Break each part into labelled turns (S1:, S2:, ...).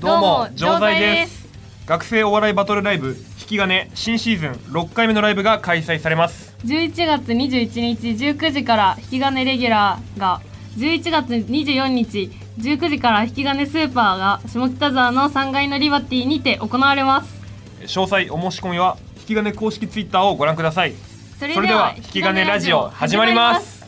S1: どうも
S2: 常在です
S1: 学生お笑いバトルライブ引き金新シーズン6回目のライブが開催されます
S2: 11月21日19時から引き金レギュラーが11月24日19時から引き金スーパーが下北沢の3階のリバティにて行われます
S1: 詳細お申し込みは引き金公式ツイッターをご覧ください
S2: そ
S1: それでは引き金ラジオ始まります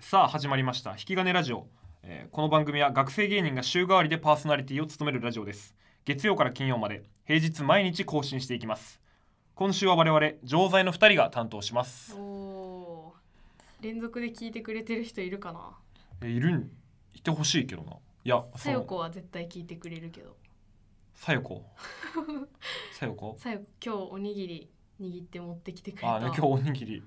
S1: さあ始まりました引き金ラジオ、えーこの番組は学生芸人が週替わりでパーソナリティを務めるラジオです月曜から金曜まで平日毎日更新していきます今週は我々常在の2人が担当します
S2: おー連続で聞いてくれてる人いるかな
S1: えーいるんいてほしいけどないや
S2: さよ
S1: そう
S2: こは絶対聞いてくれるけど
S1: さよ こさよこ
S2: さよこ今日おにぎり握って持ってきてくれた
S1: あーね今日おにぎり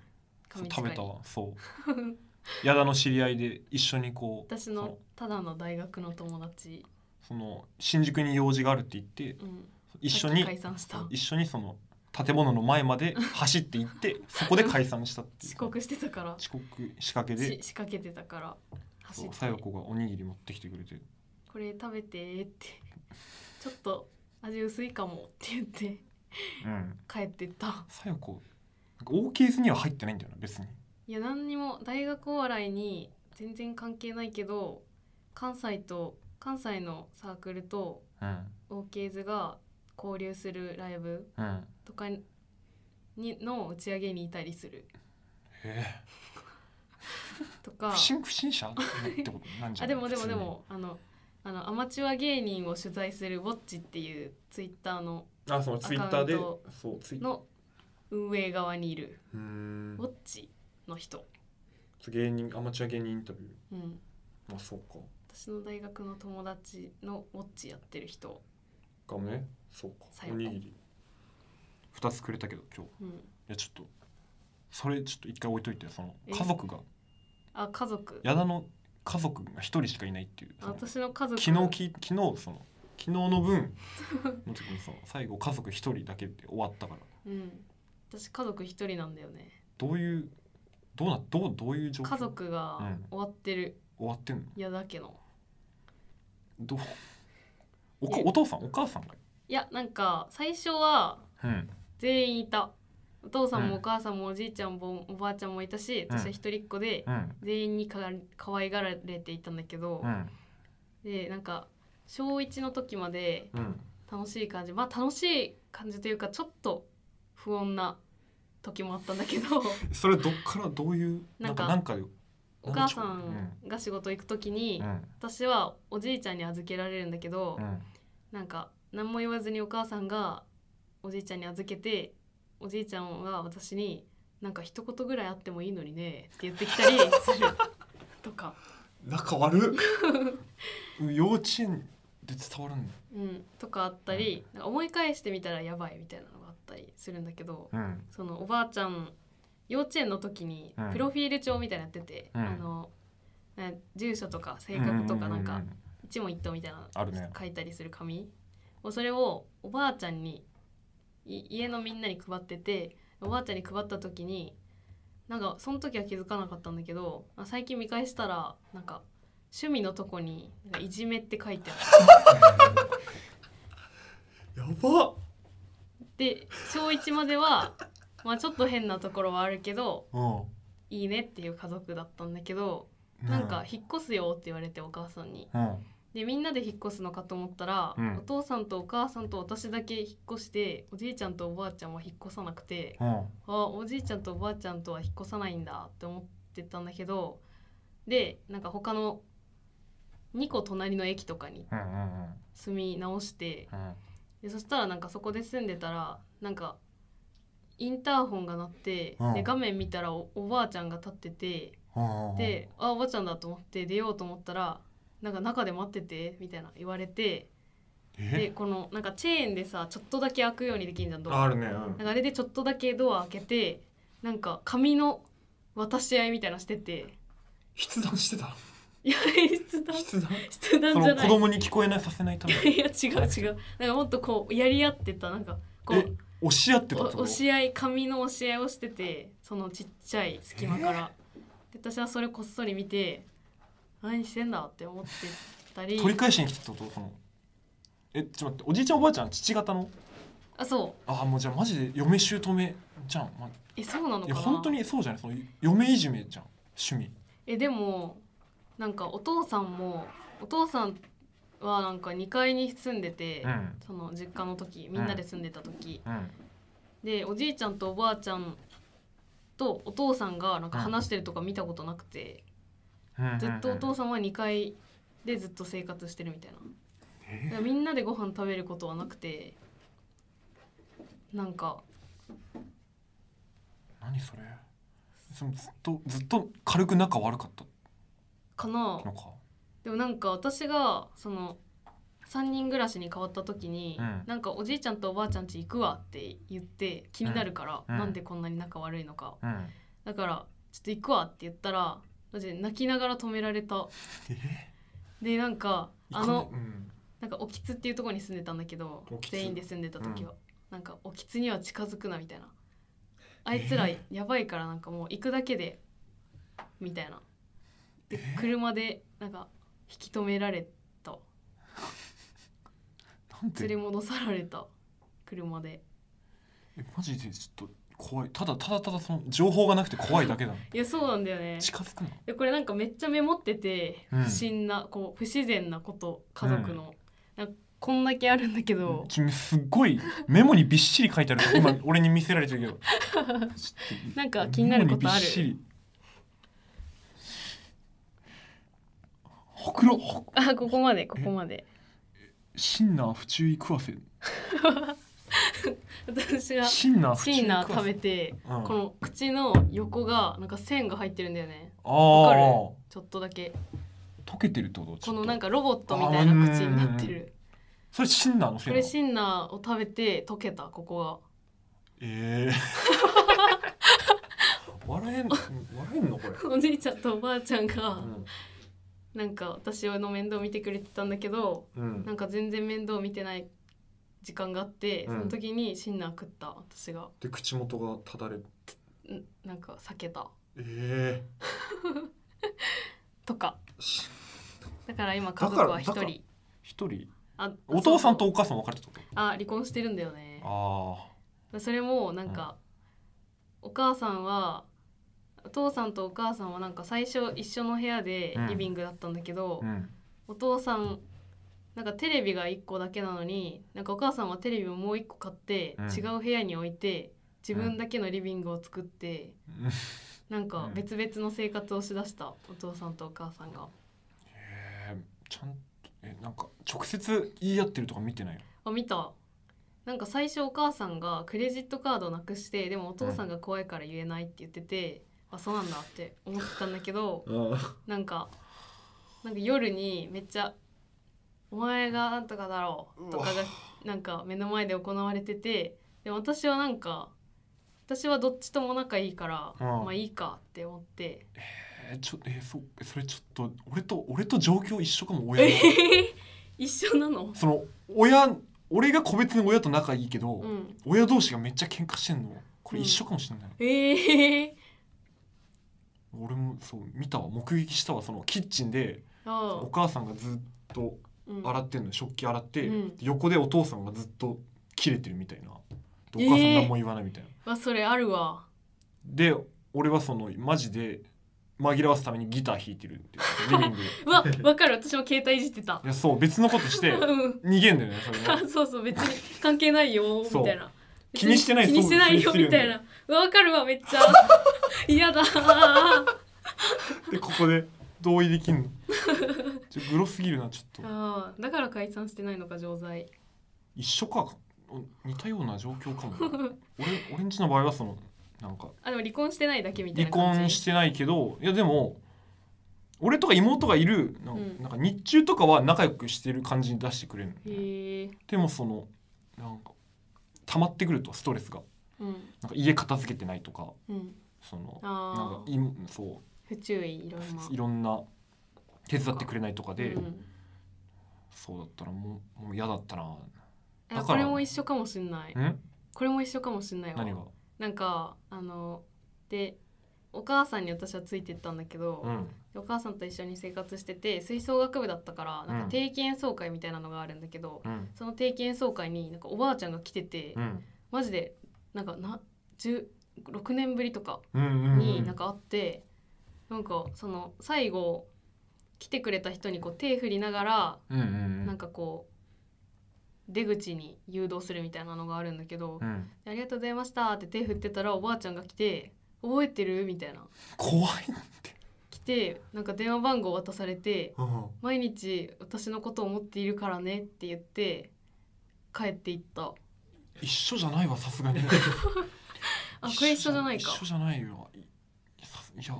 S1: そう
S2: 神近
S1: 食
S2: い
S1: べたわそう 矢田の知り合いで一緒にこう
S2: 私
S1: そ
S2: のただの大学の友達、
S1: その新宿に用事があるって言って
S2: うん、
S1: 一緒
S2: さっき
S1: に
S2: 解散した
S1: 一緒にその建物の前まで走って行って そこで解散したっていう
S2: 遅刻してたから
S1: 遅刻仕掛け
S2: し
S1: で
S2: 仕掛けてたから走
S1: そ
S2: っ
S1: うさよ
S2: て
S1: こがおにぎり持ってきてくれて
S2: これ食べてーって ちょっと味薄いかもって言って
S1: うん
S2: 帰ってった
S1: さよこなんかオーケーズには入ってないんだよな別に
S2: いや何にも大学お笑いに全然関係ないけど関西と関西のサークルと
S1: うん
S2: オーケーズが交流するライブ
S1: うん
S2: とかにの打ち上げにいたりする
S1: え
S2: と
S1: ー、
S2: か
S1: 不審不審者ってことなんじゃな
S2: あで
S1: い
S2: もでも
S1: 普通
S2: で
S1: に
S2: もあのあのアマチュア芸人を取材するウォッチっていうツイッターの
S1: あそのツイッターで
S2: アカウン
S1: そうツイッ
S2: の運営側にいる
S1: うーん
S2: ウォッチの人、
S1: 芸人アマチュア芸人インタビュー
S2: うん、
S1: まあそうか
S2: 私の大学の友達のウォッチやってる人、
S1: かもねそうか
S2: さ
S1: お
S2: よこ
S1: にぎり2つくれたけど今日い
S2: うん、
S1: やちょっとそれちょっと一回置いといてその
S2: え
S1: 家族が
S2: あ家族
S1: 矢田の家族が一人しかいないっていうその昨
S2: 私の家族
S1: 日き昨日その昨日の分の時にその最後家族一人だけで終わったから
S2: うん、私家族一人なんだよね
S1: どういうどうなどうどういう状況
S2: 家族が
S1: うん
S2: 終わってる、
S1: 終わってんの
S2: いやだけの
S1: どうおか
S2: え
S1: お父さんお母さんが
S2: いやなんか最初は
S1: うん
S2: 全員いたお父さん
S1: うん
S2: もお母さんもおじいちゃんもおばあちゃんもいたし
S1: うん
S2: 私は一人っ子で
S1: うん
S2: 全員にかが可愛がられていたんだけど、
S1: うん
S2: でなんか小1の時まで
S1: うん
S2: 楽しい感じまあ楽しい感じというかちょっと不穏な時もあったんだ けど
S1: それどっからどういうな
S2: なんん
S1: か
S2: か
S1: なんかよ
S2: お母さんが仕事行く時に、
S1: うん
S2: 私はおじいちゃんに預けられるんだけど、
S1: うん
S2: なんか何も言わずにお母さんがおじいちゃんに預けておじいちゃんが私に「なんか一言ぐらいあってもいいのにね」って言ってき たりするとか、
S1: 仲悪っ 幼稚園で伝わるんだ
S2: うん、とかあったりなんか思い返してみたらやばいみたいなのがあったりするんだけど
S1: うん
S2: そのおばあちゃん幼稚園の時に
S1: うん
S2: プロフィール帳みたいなのやってて、
S1: うん
S2: あのな住所とか性格とかなん
S1: う
S2: か
S1: うう
S2: 一問一答みたいな
S1: あるね
S2: 書いたりする紙をそれをおばあちゃんにい家のみんなに配ってておばあちゃんに配った時になんかその時は気づかなかったんだけどあ最近見返したらなんか趣味のとこになんかいじめって書いてあっ
S1: やばっ
S2: て小1まではまあちょっと変なところはあるけど
S1: う
S2: いいねっていう家族だったんだけど
S1: ん
S2: なんか引っ越すよって言われてお母さんに
S1: うん
S2: でみんなで引っ越すのかと思ったら、
S1: うん
S2: お父さんとお母さんと私だけ引っ越しておじいちゃんとおばあちゃんは引っ越さなくて
S1: うん
S2: あおじいちゃんとおばあちゃんとは引っ越さないんだって思ってたんだけどでなんか他の2個隣の駅とかに
S1: うんうん
S2: 住み直して
S1: うん
S2: でそしたらなんかそこで住んでたらなんかインターホンが鳴って、
S1: うん
S2: で画面見たらおおばあちゃんが立ってて。
S1: うんうん
S2: で「あおばちゃんだ」と思って出ようと思ったら「なんか中で待ってて」みたいな言われてで
S1: え
S2: このなんかチェーンでさちょっとだけ開くようにできんじゃんドア
S1: あるねうん
S2: なんかあれでちょっとだけドア開けてなんか紙の渡し合いみたいなしてて
S1: 筆談してた
S2: いや筆談
S1: 筆談
S2: 筆
S1: そ
S2: 談じゃ
S1: の子
S2: ない
S1: 供に聞こえないさせないために
S2: いや違う違うなんかもっとこうやり合ってたなんかこ
S1: え
S2: う
S1: 押し合ってたって
S2: お
S1: こと
S2: 押し合い紙の押し合いをしててそのちっちゃい隙間から、で私はそれこっそり見て何してんだって思ってたり
S1: 取り返しに来てたってことそのえちょっと待っておじいちゃんおばあちゃん父方の
S2: あそう
S1: ああもうじゃあマジで嫁姑じゃん、まあ、
S2: えそうなの
S1: い
S2: か
S1: や
S2: な
S1: 本当にそうじゃないその嫁いじめじゃん趣味
S2: えでもなんかお父さんもお父さんはなんか2階に住んでて、
S1: ん
S2: その実家の時みんなで住んでた時、
S1: うん
S2: でおじいちゃんとおばあちゃんとお父さんがなんか
S1: うん
S2: 話してるとか見たことなくて、
S1: うん
S2: ずっとお
S1: うん
S2: 父さんは2階でずっと生活してるみたいな、だからみんなでご飯食べることはなくてなんか
S1: 何それそのずっとずっと軽く仲悪かった
S2: か
S1: の
S2: な
S1: か
S2: でもなんか私がその3人暮らしに変わった時に、
S1: うん
S2: なんかおじいちゃんとおばあちゃん家行くわって言って気になるから、
S1: うんうん
S2: なんでこんなに仲悪いのか
S1: うん
S2: だからちょっと行くわって言ったらマジで泣きながら止められた
S1: え
S2: でなんかあの
S1: うん
S2: なんか興津っていうところに住んでたんだけど
S1: 興津
S2: 全員で住んでた時は、なんか興津には近づくなみたいなあいつらやばいからなんかもう行くだけでみたいな
S1: え
S2: 車でなんか引き止められた
S1: なん
S2: 連れ
S1: で
S2: 戻された車で
S1: えマジでちょっと怖いただただただその情報がなくて怖いだけだ
S2: いやそうなんだよね
S1: 近づくな
S2: でこれなんかめっちゃメモってて
S1: うん
S2: 不審な、こう不自然なこと家族の、なんかこんだけあるんだけど、
S1: 君すっごいメモにびっしり書いてある今俺に見せられて るけどちょっ
S2: なんか気になること
S1: メ
S2: あ
S1: モにびっ
S2: る
S1: しりほくろほ
S2: あここまでここまで
S1: シンナー不注意食わせ
S2: 私が
S1: シンナー不注意
S2: シー
S1: 食
S2: ナ
S1: わ
S2: ー
S1: せ
S2: 食べて、
S1: うん
S2: この口の横がなんか線が入ってるんだよね
S1: あ
S2: わかる
S1: ー
S2: ちょっとだけ
S1: 溶けてるってことち
S2: こ
S1: ょっと
S2: のなんかロボットみたいな口になってる
S1: それシンナーのせ
S2: こ
S1: いな
S2: れ
S1: の
S2: シンナーを食べて溶けたここが
S1: ええ笑えん笑えんのこれ、
S2: おじいちゃんとおばあちゃんが、
S1: うん
S2: なんか私の面倒見てくれてたんだけど
S1: うん
S2: なんか全然面倒見てない時間があって、
S1: うん
S2: その時にシンナー食った私が
S1: で口元がただれる
S2: んなんか避けた
S1: え
S2: とか
S1: えし
S2: だから今家族は一
S1: だからだ
S2: 人
S1: 一人
S2: あ
S1: お父さんと
S2: そう
S1: お母さん別れたってこ
S2: そうあ離婚してるんだよね
S1: とあ
S2: それもなんか、お母さんはお父さんとお母さんはなんか最初一緒の部屋で
S1: うん
S2: リビングだったんだけど、
S1: あうん
S2: お父さんなんかテレビが1個だけなのになんかお母さんはテレビをもう1個買って、
S1: うん
S2: 違う部屋に置いて自分だけのリビングを作って、なんか
S1: うん
S2: 別々の生活をしだしたお父さんとお母さんが。
S1: ええちゃんとえなんか直接言い合ってるとか見てないの
S2: あ見たなんか最初お母さんがクレジットカードをなくしてでもお父さんが怖いから言えないって言ってて、あそうなんだって思ってたんだけどなんかなんか夜にめっちゃ「お前がなんとかだろう」とか
S1: う
S2: が
S1: わ
S2: なんか目の前で行われててでも私はなんか私はどっちとも仲いいから、
S1: うん
S2: まあいいかって思って
S1: えー、ちょえー、そうえそれちょっと俺と俺と状況一緒かも
S2: え
S1: 親
S2: へ
S1: の
S2: へ 一緒なの
S1: その親俺が個別に親と仲いいけど、
S2: うん
S1: 親同士がめっちゃ喧嘩してんのこれ一緒かもしれない、
S2: ええ
S1: 俺もそう見たわ目撃したわそのキッチンで
S2: あ
S1: お母さんがずっと
S2: あ、うん
S1: 洗ってんの食器洗って、
S2: うん
S1: 横でお父さんがずっと切れてるみたいなで
S2: え
S1: お
S2: ー
S1: 母さん何も言わないみたいな、
S2: まあそれあるわ
S1: で俺はそのマジで紛らわすためにギター弾いてるってい うリビングで
S2: うわわかる私も携帯いじってた
S1: いやそう別のことして
S2: うん
S1: 逃げんだよねそれ
S2: あ
S1: ね
S2: そうそう別に関係ないよ
S1: そう
S2: みたいな
S1: 気にしてない
S2: 気にしてないよ
S1: そう
S2: みたいなうわわかるわめ っちゃ嫌だあ
S1: でここで同意で きんのちょグロすぎるなちょっと
S2: あだから解散してないのか錠剤
S1: 一緒かお似たような状況かも 俺俺んちの場合はそのなんか
S2: あでも離婚してないだけみたい
S1: 離
S2: な感じ
S1: 婚してないけどいやでも俺とか妹がいるなんか,、
S2: うん
S1: なんか日中とかは仲良くしてる感じに出してくれるのね、
S2: へえ
S1: でもそのなんか溜まってくるとストレスが
S2: うん
S1: なんか家片付けてないとか
S2: うん
S1: そのなん
S2: あ
S1: か
S2: あ
S1: いそ
S2: 不注意いろんな
S1: ういろんな手伝ってくれないとかで、
S2: うん
S1: そうだったらもうもう嫌だったなだか
S2: あ
S1: ら
S2: これも一緒かもしんない
S1: ん
S2: これも一緒かもしんないわ
S1: 何が
S2: なんかあのでお母さんに私はついてったんだけど、
S1: うん
S2: お母さんと一緒に生活してて吹奏楽部だったからなん
S1: う
S2: か
S1: ん
S2: 定期演奏会みたいなのがあるんだけど、
S1: うん
S2: その定期演奏会になんかおばあちゃんが来てて、
S1: うん
S2: マジでなんかな16年ぶりとか
S1: うんうんうん
S2: になんか会って、なんかその最後来てくれた人にこう手振りながら
S1: うんうんうん
S2: なんかこう出口に誘導するみたいなのがあるんだけど
S1: う、ん
S2: ありがとうございましたって手振ってたらおばあちゃんが来て覚えてるみたいな
S1: 怖いなって
S2: 来てなんか電話番号渡されて
S1: うん
S2: 毎日私のことを思っているからねって言って帰っていった
S1: 一緒じゃないわさすがに
S2: あこれ一緒じゃないか
S1: 一緒じゃないよいさすいや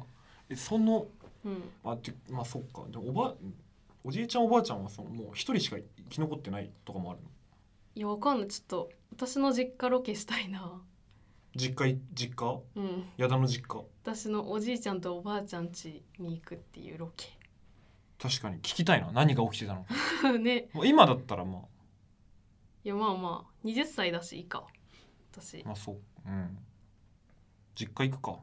S1: えその
S2: うん
S1: あてまあそっかでもおばおじいちゃんおばあちゃんはそのもう一人しか生き残ってないとかもあるの
S2: いやわかんないちょっと私の実家ロケしたいな
S1: 実家い実家
S2: うん
S1: 矢田の実家
S2: 私のおじいちゃんとおばあちゃん家に行くっていうロケ
S1: 確かに聞きたいな何が起きてたのか
S2: ね
S1: もう今だったらま
S2: いやまあまあ20歳だしいいか私
S1: あまあそううん実家行くか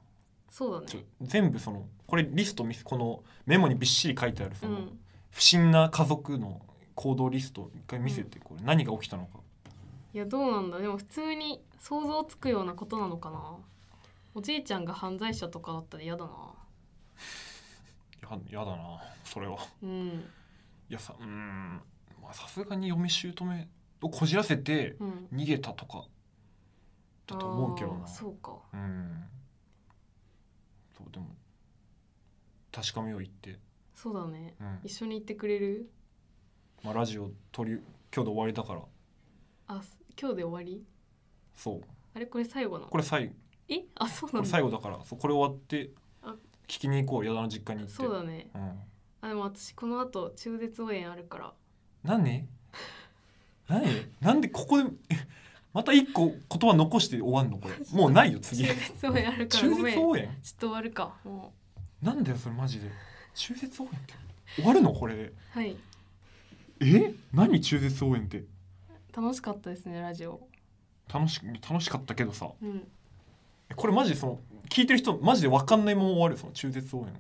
S2: そうだね
S1: ちょ全部そのこれリスト見せこのメモにびっしり書いてある
S2: う
S1: その、
S2: ん
S1: 不審な家族の行動リスト一回見せてこれ何が起きたのか
S2: いやどうなんだでも普通に想像つくようなことなのかなおじいちゃんが犯罪者とかだったら嫌だな
S1: ややだなそれは
S2: うん
S1: いやさうーんまあさすがに嫁姑をこじらせて
S2: うん
S1: 逃げたとかだと思うけど
S2: あー
S1: な
S2: そうか
S1: うんそうでも確かめよう言って、
S2: そうだね
S1: うん
S2: 一緒に行ってくれる
S1: まあ、ラジオ撮り今日で終わりだから
S2: あす今日で終わり
S1: そう
S2: あれこれ最後なの
S1: これ最後
S2: えあそう
S1: こ
S2: な
S1: れ
S2: んだ
S1: 最後だからそうこれ終わって
S2: あ
S1: 聞きに行こう矢田の実家に行って
S2: そうだね
S1: うん、
S2: あでも私この後中絶応援あるから
S1: 何 何なんでこ こでえまた一個言葉残して終わんの これもうないよ
S2: 中
S1: 次
S2: 絶応援あるから
S1: 中
S2: ごめん
S1: 絶
S2: ちょっ
S1: 応援
S2: と終わるかも
S1: なんだよそれマジで中絶応援って終わるのこれで
S2: うはい
S1: え何中絶応援って
S2: 楽しかったですねラジオ
S1: 楽し楽しかったけどさ
S2: うん
S1: えこれマジでその聞いてる人マジで分かんないまま終わるよその中絶応援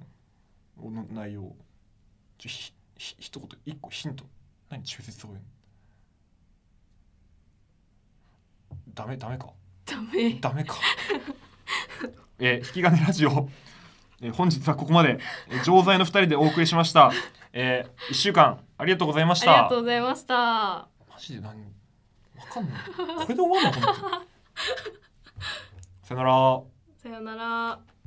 S1: の内容ちょひひ一言一個ヒント何中絶応援ダメダメか
S2: ダメ
S1: ダメか。 えー引き金ラジオ、えー本日はここまで、えー、錠剤の二人でお送りしました。えー、一週間ありがとうございまし
S2: ありが
S1: た。
S2: とうございました
S1: マジで何わかんない。これで終わるのかな。さよなら。
S2: さよなら